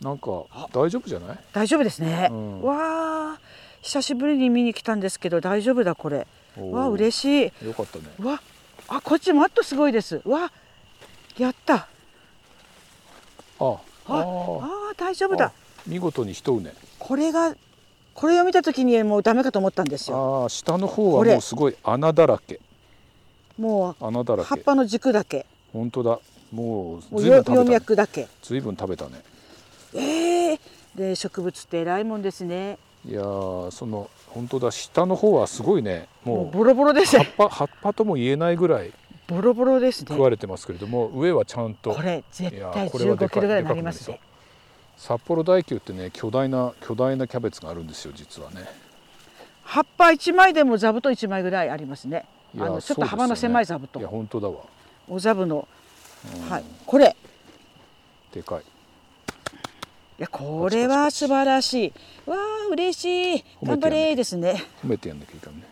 [SPEAKER 1] なんか大丈夫じゃない
[SPEAKER 2] 大丈夫ですね、
[SPEAKER 1] うん
[SPEAKER 2] わあ久しぶりに見に来たんですけど大丈夫だこれわあ
[SPEAKER 1] し
[SPEAKER 2] 嬉しい
[SPEAKER 1] いよかったね
[SPEAKER 2] わあこっちマットすごいですわやった
[SPEAKER 1] ああ
[SPEAKER 2] あ
[SPEAKER 1] あ
[SPEAKER 2] あ大丈夫だ
[SPEAKER 1] あ見事に一うね
[SPEAKER 2] これがこれを見た時にもうダメかと思ったんですよ
[SPEAKER 1] ああ下の方
[SPEAKER 2] こ
[SPEAKER 1] は
[SPEAKER 2] れ
[SPEAKER 1] もうすごい穴だらけ
[SPEAKER 2] も
[SPEAKER 1] 穴だ
[SPEAKER 2] う
[SPEAKER 1] ら
[SPEAKER 2] 葉っ
[SPEAKER 1] け
[SPEAKER 2] ぱの軸だけ
[SPEAKER 1] 本当だも
[SPEAKER 2] も
[SPEAKER 1] う
[SPEAKER 2] う
[SPEAKER 1] ずいぶん食
[SPEAKER 2] 葉葉
[SPEAKER 1] べたね
[SPEAKER 2] 脈だけ
[SPEAKER 1] ずいぶん食べたね
[SPEAKER 2] ええで植物って偉いもんですね
[SPEAKER 1] いやーその本当だ下の方はすごいね
[SPEAKER 2] もう
[SPEAKER 1] もう
[SPEAKER 2] ボロボロです
[SPEAKER 1] 葉っぱ葉っぱとも言えないぐらい
[SPEAKER 2] ボロボロですね
[SPEAKER 1] 食われてますけれども上はちゃんと
[SPEAKER 2] これ絶
[SPEAKER 1] いや
[SPEAKER 2] 対
[SPEAKER 1] ーこれは
[SPEAKER 2] 1
[SPEAKER 1] で
[SPEAKER 2] 5
[SPEAKER 1] か
[SPEAKER 2] キ
[SPEAKER 1] い
[SPEAKER 2] ロぐらいになりますね
[SPEAKER 1] でかくなり札幌大球ってね巨大な巨大なキャベツがあるんですよ実はね
[SPEAKER 2] 葉っぱ1枚でも座布団1枚ぐらいありますね
[SPEAKER 1] い
[SPEAKER 2] あ
[SPEAKER 1] や
[SPEAKER 2] のちょ
[SPEAKER 1] そ
[SPEAKER 2] っ
[SPEAKER 1] うですよ
[SPEAKER 2] と
[SPEAKER 1] ね
[SPEAKER 2] 幅の狭い座布
[SPEAKER 1] いや
[SPEAKER 2] 団
[SPEAKER 1] 本当だわ
[SPEAKER 2] お座布の、
[SPEAKER 1] うん
[SPEAKER 2] はいこれ
[SPEAKER 1] でかい
[SPEAKER 2] いやこれは素晴らしいわあ嬉しい
[SPEAKER 1] 褒め
[SPEAKER 2] 頑
[SPEAKER 1] てやん
[SPEAKER 2] 張
[SPEAKER 1] ね
[SPEAKER 2] れですね
[SPEAKER 1] 褒めてやんなきゃいかんね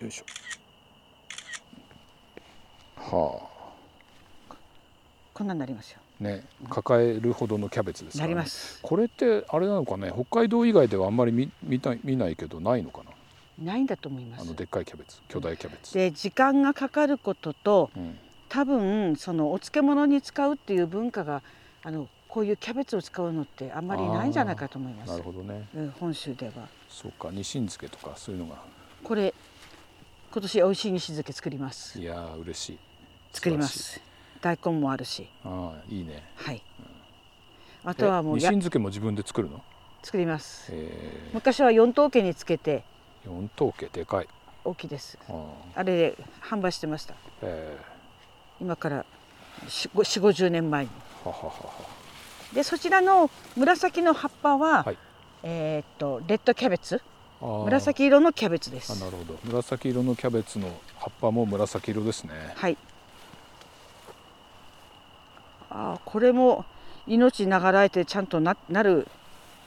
[SPEAKER 1] よいしょは
[SPEAKER 2] こんなんなりますよ
[SPEAKER 1] あね抱えるほどのキャベツですから、ね、
[SPEAKER 2] なります
[SPEAKER 1] これってあれなのかね北海道以外ではあんまり見見た見ないけどないのかな
[SPEAKER 2] ないんだと思いま
[SPEAKER 1] あ
[SPEAKER 2] す
[SPEAKER 1] のでっかいキャベツ巨大キャベツ、
[SPEAKER 2] で時間がかかることと
[SPEAKER 1] うん、
[SPEAKER 2] 多分そのお漬物に使うっていう文化があのこういうキャベツを使うのってあんまりないんじゃないかと思いま
[SPEAKER 1] な
[SPEAKER 2] す
[SPEAKER 1] るほどね
[SPEAKER 2] うん本州では
[SPEAKER 1] そうかニシン漬けとかそういうのが
[SPEAKER 2] これ今年美味しい西漬け作ります
[SPEAKER 1] いやー嬉しい
[SPEAKER 2] 作りま
[SPEAKER 1] 素
[SPEAKER 2] す大根もあるし
[SPEAKER 1] ああいいね
[SPEAKER 2] はいあとはもう
[SPEAKER 1] ニシ
[SPEAKER 2] や
[SPEAKER 1] ン漬けも自分で作るの
[SPEAKER 2] 作ります
[SPEAKER 1] え
[SPEAKER 2] 昔は四等家につけて
[SPEAKER 1] ー、四等家でかい
[SPEAKER 2] 大きいです
[SPEAKER 1] ああ
[SPEAKER 2] あれで販売してました
[SPEAKER 1] え
[SPEAKER 2] 今から4 5 0年前に
[SPEAKER 1] ー、はははは
[SPEAKER 2] でそちらの紫の葉っぱは、
[SPEAKER 1] はい
[SPEAKER 2] えーっとレッドキャベツ
[SPEAKER 1] あー
[SPEAKER 2] 紫色のキャベツで
[SPEAKER 1] あ
[SPEAKER 2] す
[SPEAKER 1] なるほど紫色のキャベツの葉っぱも紫色ですね
[SPEAKER 2] はいあーこれも命ながらえてちゃんとななる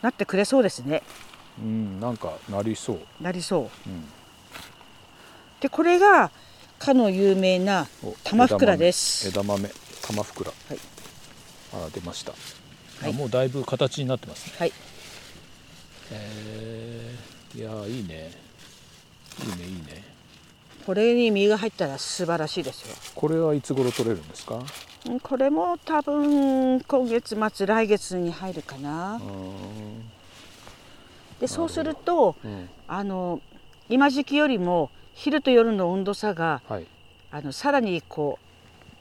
[SPEAKER 2] なってくれそうですね
[SPEAKER 1] うんなんかなりそう、
[SPEAKER 2] なりそ
[SPEAKER 1] う
[SPEAKER 2] う
[SPEAKER 1] ん、
[SPEAKER 2] でこれがかの有名な
[SPEAKER 1] お
[SPEAKER 2] 玉ふくらです
[SPEAKER 1] 枝豆枝豆玉ふくら
[SPEAKER 2] はい
[SPEAKER 1] あ出ました、
[SPEAKER 2] はい
[SPEAKER 1] あもうだいぶ形になってますね
[SPEAKER 2] はい
[SPEAKER 1] えー、いやーいいねいいねいいね
[SPEAKER 2] これに実が入ったら素晴らしいですよ
[SPEAKER 1] これはいつ頃取れるんですか
[SPEAKER 2] うんこれも多分今月末来月に入るかな
[SPEAKER 1] うーん
[SPEAKER 2] でそうすると
[SPEAKER 1] うん
[SPEAKER 2] あの今時期よりも昼と夜の温度差が
[SPEAKER 1] はい
[SPEAKER 2] あのさらにこ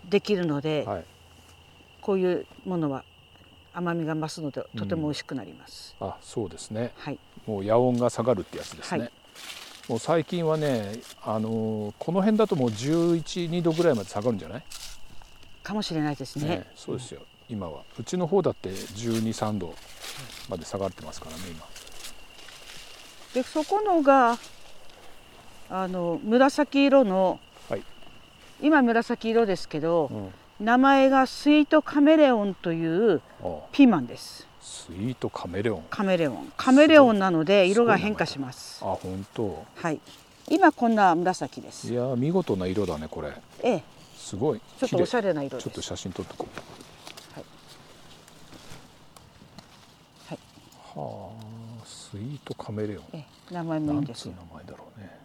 [SPEAKER 2] うできるので、
[SPEAKER 1] はい
[SPEAKER 2] こういうものは甘みが増すのでとても美味しくなります、
[SPEAKER 1] あそうですね
[SPEAKER 2] はい
[SPEAKER 1] もう夜温が下がるってやつですね、
[SPEAKER 2] はい
[SPEAKER 1] もう最近はねあのーこの辺だともう112度ぐらいまで下がるんじゃない
[SPEAKER 2] かもしれないですね
[SPEAKER 1] ええそうですよ今はうちの方だって123度まで下がってますからね今
[SPEAKER 2] でそこのがあの紫色の
[SPEAKER 1] はい、
[SPEAKER 2] 今紫色ですけど、
[SPEAKER 1] うん、あ
[SPEAKER 2] 名前がスイートカメレオンという
[SPEAKER 1] あ
[SPEAKER 2] ピーマンです
[SPEAKER 1] スイートカメレオン
[SPEAKER 2] カメレオンカメレオンなので
[SPEAKER 1] ご
[SPEAKER 2] す
[SPEAKER 1] い
[SPEAKER 2] 色が変化します
[SPEAKER 1] あ本当
[SPEAKER 2] はい今こんな紫で
[SPEAKER 1] い
[SPEAKER 2] す
[SPEAKER 1] やー見事な色だねこれ
[SPEAKER 2] ええ
[SPEAKER 1] すごい
[SPEAKER 2] ちょっとおしゃれな色
[SPEAKER 1] 綺麗ち
[SPEAKER 2] です
[SPEAKER 1] ょっと写真撮っとこう
[SPEAKER 2] はいはい
[SPEAKER 1] はあスイートカメレオン
[SPEAKER 2] ええ名前もいい
[SPEAKER 1] なんん
[SPEAKER 2] です
[SPEAKER 1] つう
[SPEAKER 2] よ
[SPEAKER 1] 名前だろうね。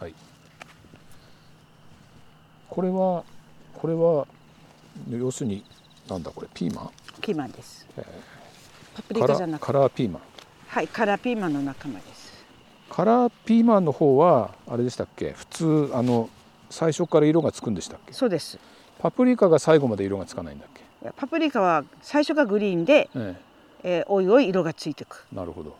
[SPEAKER 1] はい。これは、これは、要するに、なんだこれ、ピーマン。
[SPEAKER 2] ピーマンです
[SPEAKER 1] え
[SPEAKER 2] パ
[SPEAKER 1] ー
[SPEAKER 2] プリ
[SPEAKER 1] カ
[SPEAKER 2] カ
[SPEAKER 1] ラ
[SPEAKER 2] じゃな
[SPEAKER 1] ー、
[SPEAKER 2] く
[SPEAKER 1] カラーピーマン。
[SPEAKER 2] はいカラーピーマンの仲間です
[SPEAKER 1] カラーピーマンの方は、あれでしたっけ、普通、あの。最初から色がつくんでしたっけ。
[SPEAKER 2] そうです
[SPEAKER 1] パプリカが最後まで色がつかないんだっけ。
[SPEAKER 2] いやパプリカは最初がグリーンで、
[SPEAKER 1] え
[SPEAKER 2] えーおいおい色がついていく
[SPEAKER 1] えなるほど。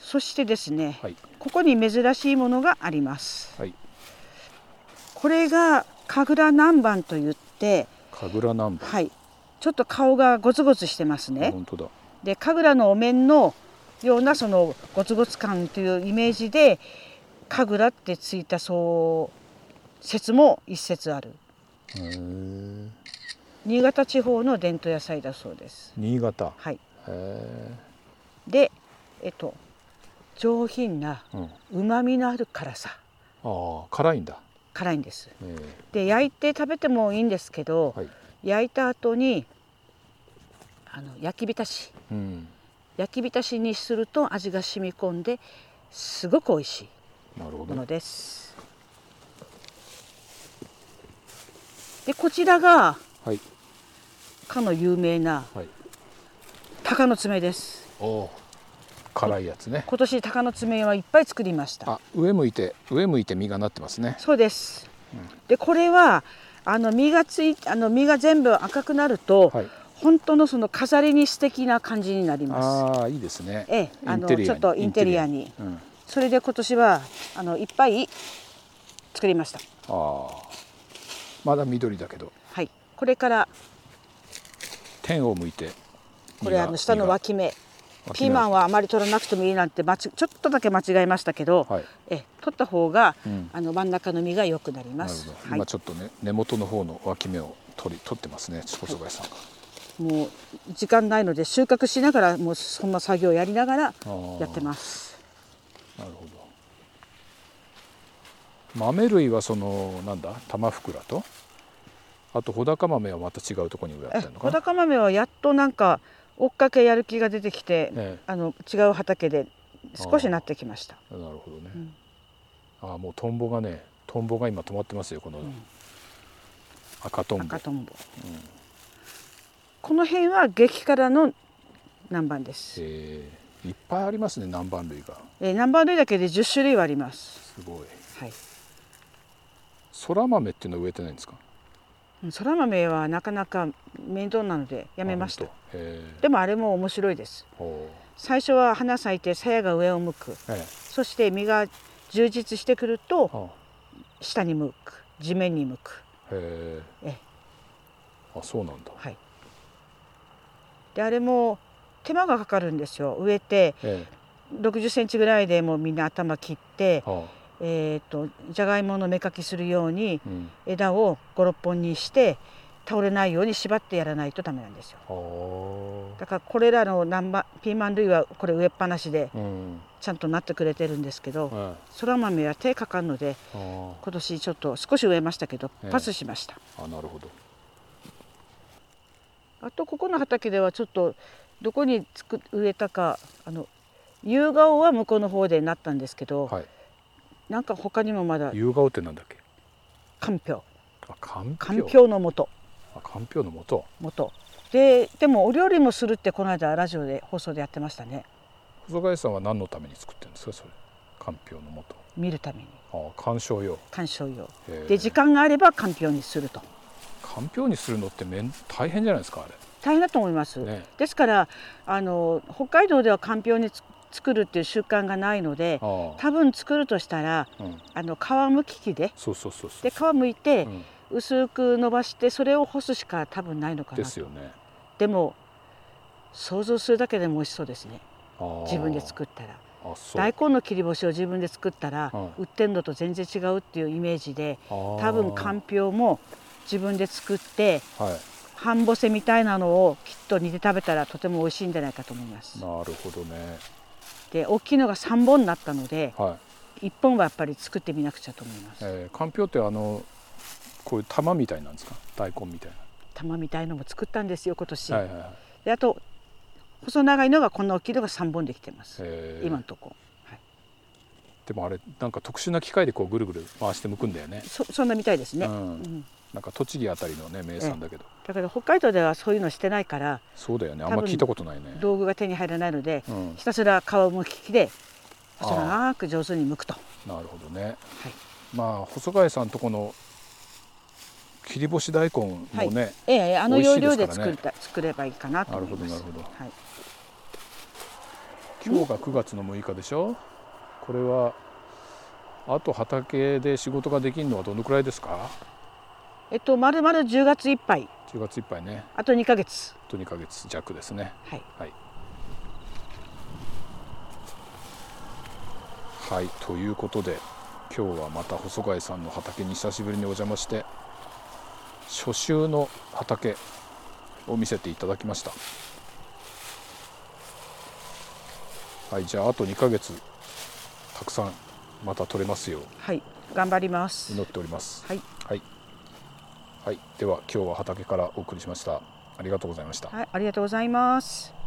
[SPEAKER 2] そしてですね、
[SPEAKER 1] はい。
[SPEAKER 2] ここに珍しいものがあります
[SPEAKER 1] はい。
[SPEAKER 2] これが神楽南蛮と言って
[SPEAKER 1] 神楽南蛮。
[SPEAKER 2] はいちょっと顔がゴツゴツしてますね
[SPEAKER 1] 本当だ。
[SPEAKER 2] で神楽のお面のようなそのゴツゴツ感というイメージで神楽ってついたそう説も一説ある
[SPEAKER 1] へえ
[SPEAKER 2] 新潟地方の伝統野菜だそうです
[SPEAKER 1] 新潟。
[SPEAKER 2] はい
[SPEAKER 1] へ
[SPEAKER 2] でえっと上品な
[SPEAKER 1] え。うん。あ
[SPEAKER 2] うまみのある辛さ
[SPEAKER 1] あ、辛いんだ。
[SPEAKER 2] 辛いんです
[SPEAKER 1] ええ
[SPEAKER 2] で焼いて食べてもいいんですけど、
[SPEAKER 1] はい。
[SPEAKER 2] 焼いた後にあの焼き浸し
[SPEAKER 1] うん。
[SPEAKER 2] 焼き浸しにすると味が染み込んですごく美味し
[SPEAKER 1] なるほ
[SPEAKER 2] いも
[SPEAKER 1] ど。
[SPEAKER 2] のです。でこちらが
[SPEAKER 1] はい。
[SPEAKER 2] かの有名な
[SPEAKER 1] はい。
[SPEAKER 2] 鷹の爪です。
[SPEAKER 1] おお。辛いやつね。
[SPEAKER 2] 今年鷹の爪はいっぱい作りました。
[SPEAKER 1] あ、上向いて、上向いて実がなってますね。
[SPEAKER 2] そうです。でこれはあの実がついあの実が全部赤くなると、
[SPEAKER 1] はい。
[SPEAKER 2] 本当のその飾りに素敵な感じになります。
[SPEAKER 1] ああ、いいですね。
[SPEAKER 2] ええ、あの
[SPEAKER 1] インテリアに
[SPEAKER 2] ちょっとインテリアに。
[SPEAKER 1] うん。あ
[SPEAKER 2] それで今年はあのいっぱい作りました。
[SPEAKER 1] あ。まだ緑だけど、
[SPEAKER 2] はい。これから
[SPEAKER 1] 天を向いて。
[SPEAKER 2] これあの下の
[SPEAKER 1] 脇
[SPEAKER 2] 脇芽、ピーマン
[SPEAKER 1] は。
[SPEAKER 2] はあまり取らなくてもいいなんてまちちょっとだけ間違えましたけど、
[SPEAKER 1] はい。
[SPEAKER 2] え取った方が、
[SPEAKER 1] うん
[SPEAKER 2] あの真ん中の実が良くなりま
[SPEAKER 1] なる
[SPEAKER 2] す
[SPEAKER 1] ほ。ど。
[SPEAKER 2] はい
[SPEAKER 1] 今。ちょっとね、根元の方の脇芽を取り、取ってますね。細貝さんが。
[SPEAKER 2] もう時間ないので収穫しながらもうそんな作業やりながら
[SPEAKER 1] ー
[SPEAKER 2] やってます。
[SPEAKER 1] なるほど。豆類はそのなんだ玉袋とあと穂高豆はまた違うところに植えられ
[SPEAKER 2] え
[SPEAKER 1] てるのか
[SPEAKER 2] 小
[SPEAKER 1] な、
[SPEAKER 2] 高豆はやっとなんか追っかけやる気が出てきて、
[SPEAKER 1] え
[SPEAKER 2] あの違う畑で少しなってきました。
[SPEAKER 1] え、なるほどね、
[SPEAKER 2] ん
[SPEAKER 1] ああもうトンボがねトンボが今止まってますよこの
[SPEAKER 2] ん
[SPEAKER 1] 赤トンボ、
[SPEAKER 2] 赤トンボ、この辺は激辛の南蛮です、え
[SPEAKER 1] ええいっぱいありますね南蛮類が
[SPEAKER 2] ー南蛮類だけで10種類はあります
[SPEAKER 1] すごい
[SPEAKER 2] はい
[SPEAKER 1] 空豆っていうのは植えてないんですか
[SPEAKER 2] うんそら豆はなかなか面倒なのでやめまし
[SPEAKER 1] あ
[SPEAKER 2] た
[SPEAKER 1] 本当ええ
[SPEAKER 2] でもあれも面白いです
[SPEAKER 1] ほう
[SPEAKER 2] 最初は花咲いて鞘が上を向く
[SPEAKER 1] ええ
[SPEAKER 2] そして実が充実してくると
[SPEAKER 1] あ
[SPEAKER 2] 下に向く地面に向く
[SPEAKER 1] へえ
[SPEAKER 2] ええ
[SPEAKER 1] あそうなんだ、
[SPEAKER 2] はいであれも手間がかかるんですよ植えて
[SPEAKER 1] え
[SPEAKER 2] 60センチぐらいでもうみんな頭切って
[SPEAKER 1] え、はあ
[SPEAKER 2] えー、とじゃがいもの芽かきするように
[SPEAKER 1] うん
[SPEAKER 2] 枝を56本にして倒れないように縛ってやらないとダメなんですよ
[SPEAKER 1] は
[SPEAKER 2] だからこれらのナンバピーマン類はこれ植えっぱなしで
[SPEAKER 1] あうん
[SPEAKER 2] ちゃんとなってくれてるんですけど
[SPEAKER 1] ええ
[SPEAKER 2] そら豆は手かかるので
[SPEAKER 1] あ
[SPEAKER 2] 今年ちょっと少し植えましたけど
[SPEAKER 1] ええ
[SPEAKER 2] パスしました、
[SPEAKER 1] あなるほど
[SPEAKER 2] あとここの畑ではちょっとどこにつく植えたかあの夕顔は向こうの方でなったんですけど、
[SPEAKER 1] はい
[SPEAKER 2] なんか他にもまだ
[SPEAKER 1] 夕顔ってなんだっけ
[SPEAKER 2] かんぴょう
[SPEAKER 1] あかん
[SPEAKER 2] か
[SPEAKER 1] ぴ
[SPEAKER 2] ん
[SPEAKER 1] ょう
[SPEAKER 2] ぴょうの元
[SPEAKER 1] あかんぴょうの元
[SPEAKER 2] 元ででもお料理もするってこの間ラジオで放送でやってましたね
[SPEAKER 1] 細貝さんは何のために作ってるんですかそれかんぴょうの元
[SPEAKER 2] 見るために
[SPEAKER 1] ああ鑑賞用
[SPEAKER 2] 鑑賞用
[SPEAKER 1] へえ
[SPEAKER 2] で時間があればかんぴょうにすると
[SPEAKER 1] かんぴょうにするのってめん大変じゃないですかあれ
[SPEAKER 2] 大変だと思います、
[SPEAKER 1] ね
[SPEAKER 2] ですからあの北海道ではかんぴょうにつ作るっていう習慣がないので
[SPEAKER 1] あ
[SPEAKER 2] 多分作るとしたら
[SPEAKER 1] あ、うん、
[SPEAKER 2] あの皮むき器で
[SPEAKER 1] そうそうそうそう
[SPEAKER 2] で皮むいて
[SPEAKER 1] うん
[SPEAKER 2] 薄く伸ばしてそれを干すしか多分ないのか
[SPEAKER 1] で
[SPEAKER 2] な
[SPEAKER 1] すよね
[SPEAKER 2] でも想像するだけでも美味しそうですね
[SPEAKER 1] ああ
[SPEAKER 2] 自分で作ったら
[SPEAKER 1] あそう
[SPEAKER 2] 大根の切り干しを自分で作ったら、
[SPEAKER 1] うん
[SPEAKER 2] 売ってんのと全然違うっていうイメージで多
[SPEAKER 1] 多
[SPEAKER 2] 分かんぴょうも自分で作って
[SPEAKER 1] はい
[SPEAKER 2] 半ぼせみたいなのをきっと煮て食べたらとても美味しいんじゃないかと思います。
[SPEAKER 1] なるほどね
[SPEAKER 2] で大きいのが3本になったので
[SPEAKER 1] はい、
[SPEAKER 2] 1本はやっぱり作ってみなくちゃと思います。
[SPEAKER 1] えー、かんぴょうってあのこういう玉みたいなんですか大根みたい
[SPEAKER 2] 玉みたいのも作ったんですよ今年。
[SPEAKER 1] なはいはいはい、
[SPEAKER 2] であと細長いのがこんな大きいのが3本できてます、
[SPEAKER 1] えー
[SPEAKER 2] 今のとこ、はい、
[SPEAKER 1] でもあれなんか特殊な機械でこうぐるぐる回して剥くんだよね
[SPEAKER 2] そそんなみたいですね、
[SPEAKER 1] う
[SPEAKER 2] うん
[SPEAKER 1] ん、なんか栃木あたりのね名産だけど、
[SPEAKER 2] だけど北海道ではそういうのしてないから
[SPEAKER 1] そうだよねあんま
[SPEAKER 2] 多分
[SPEAKER 1] 聞いたことないね
[SPEAKER 2] 道具が手に入らないので、
[SPEAKER 1] うん
[SPEAKER 2] ひたすら皮をむき器で細長く上手に剥くと、
[SPEAKER 1] なるほどね
[SPEAKER 2] はい、
[SPEAKER 1] まあ細貝さんとこの切り干し大根も
[SPEAKER 2] はい
[SPEAKER 1] ね、
[SPEAKER 2] ええあの
[SPEAKER 1] 美味し
[SPEAKER 2] 要
[SPEAKER 1] いで
[SPEAKER 2] 領
[SPEAKER 1] すからね
[SPEAKER 2] で作った作ればいいかなと思います
[SPEAKER 1] なるほどなるほ
[SPEAKER 2] はい、
[SPEAKER 1] 今日が9月の6日でしょこれはあと畑で仕事ができるのはどのくらいですか
[SPEAKER 2] えっとまるまる10月いっぱい
[SPEAKER 1] 10月いっぱいね
[SPEAKER 2] あと2ヶ月
[SPEAKER 1] あと2ヶ月弱ですね
[SPEAKER 2] はい
[SPEAKER 1] はい、はい、ということで今日はまた細貝さんの畑に久しぶりにお邪魔して初秋の畑を見せていただきましたはいじゃああと2ヶ月たくさんまた取れますよう
[SPEAKER 2] はい頑張ります
[SPEAKER 1] 祈っております
[SPEAKER 2] はい、
[SPEAKER 1] はい、はい、では今日は畑からお送りしましたありがとうございました
[SPEAKER 2] はい、ありがとうございます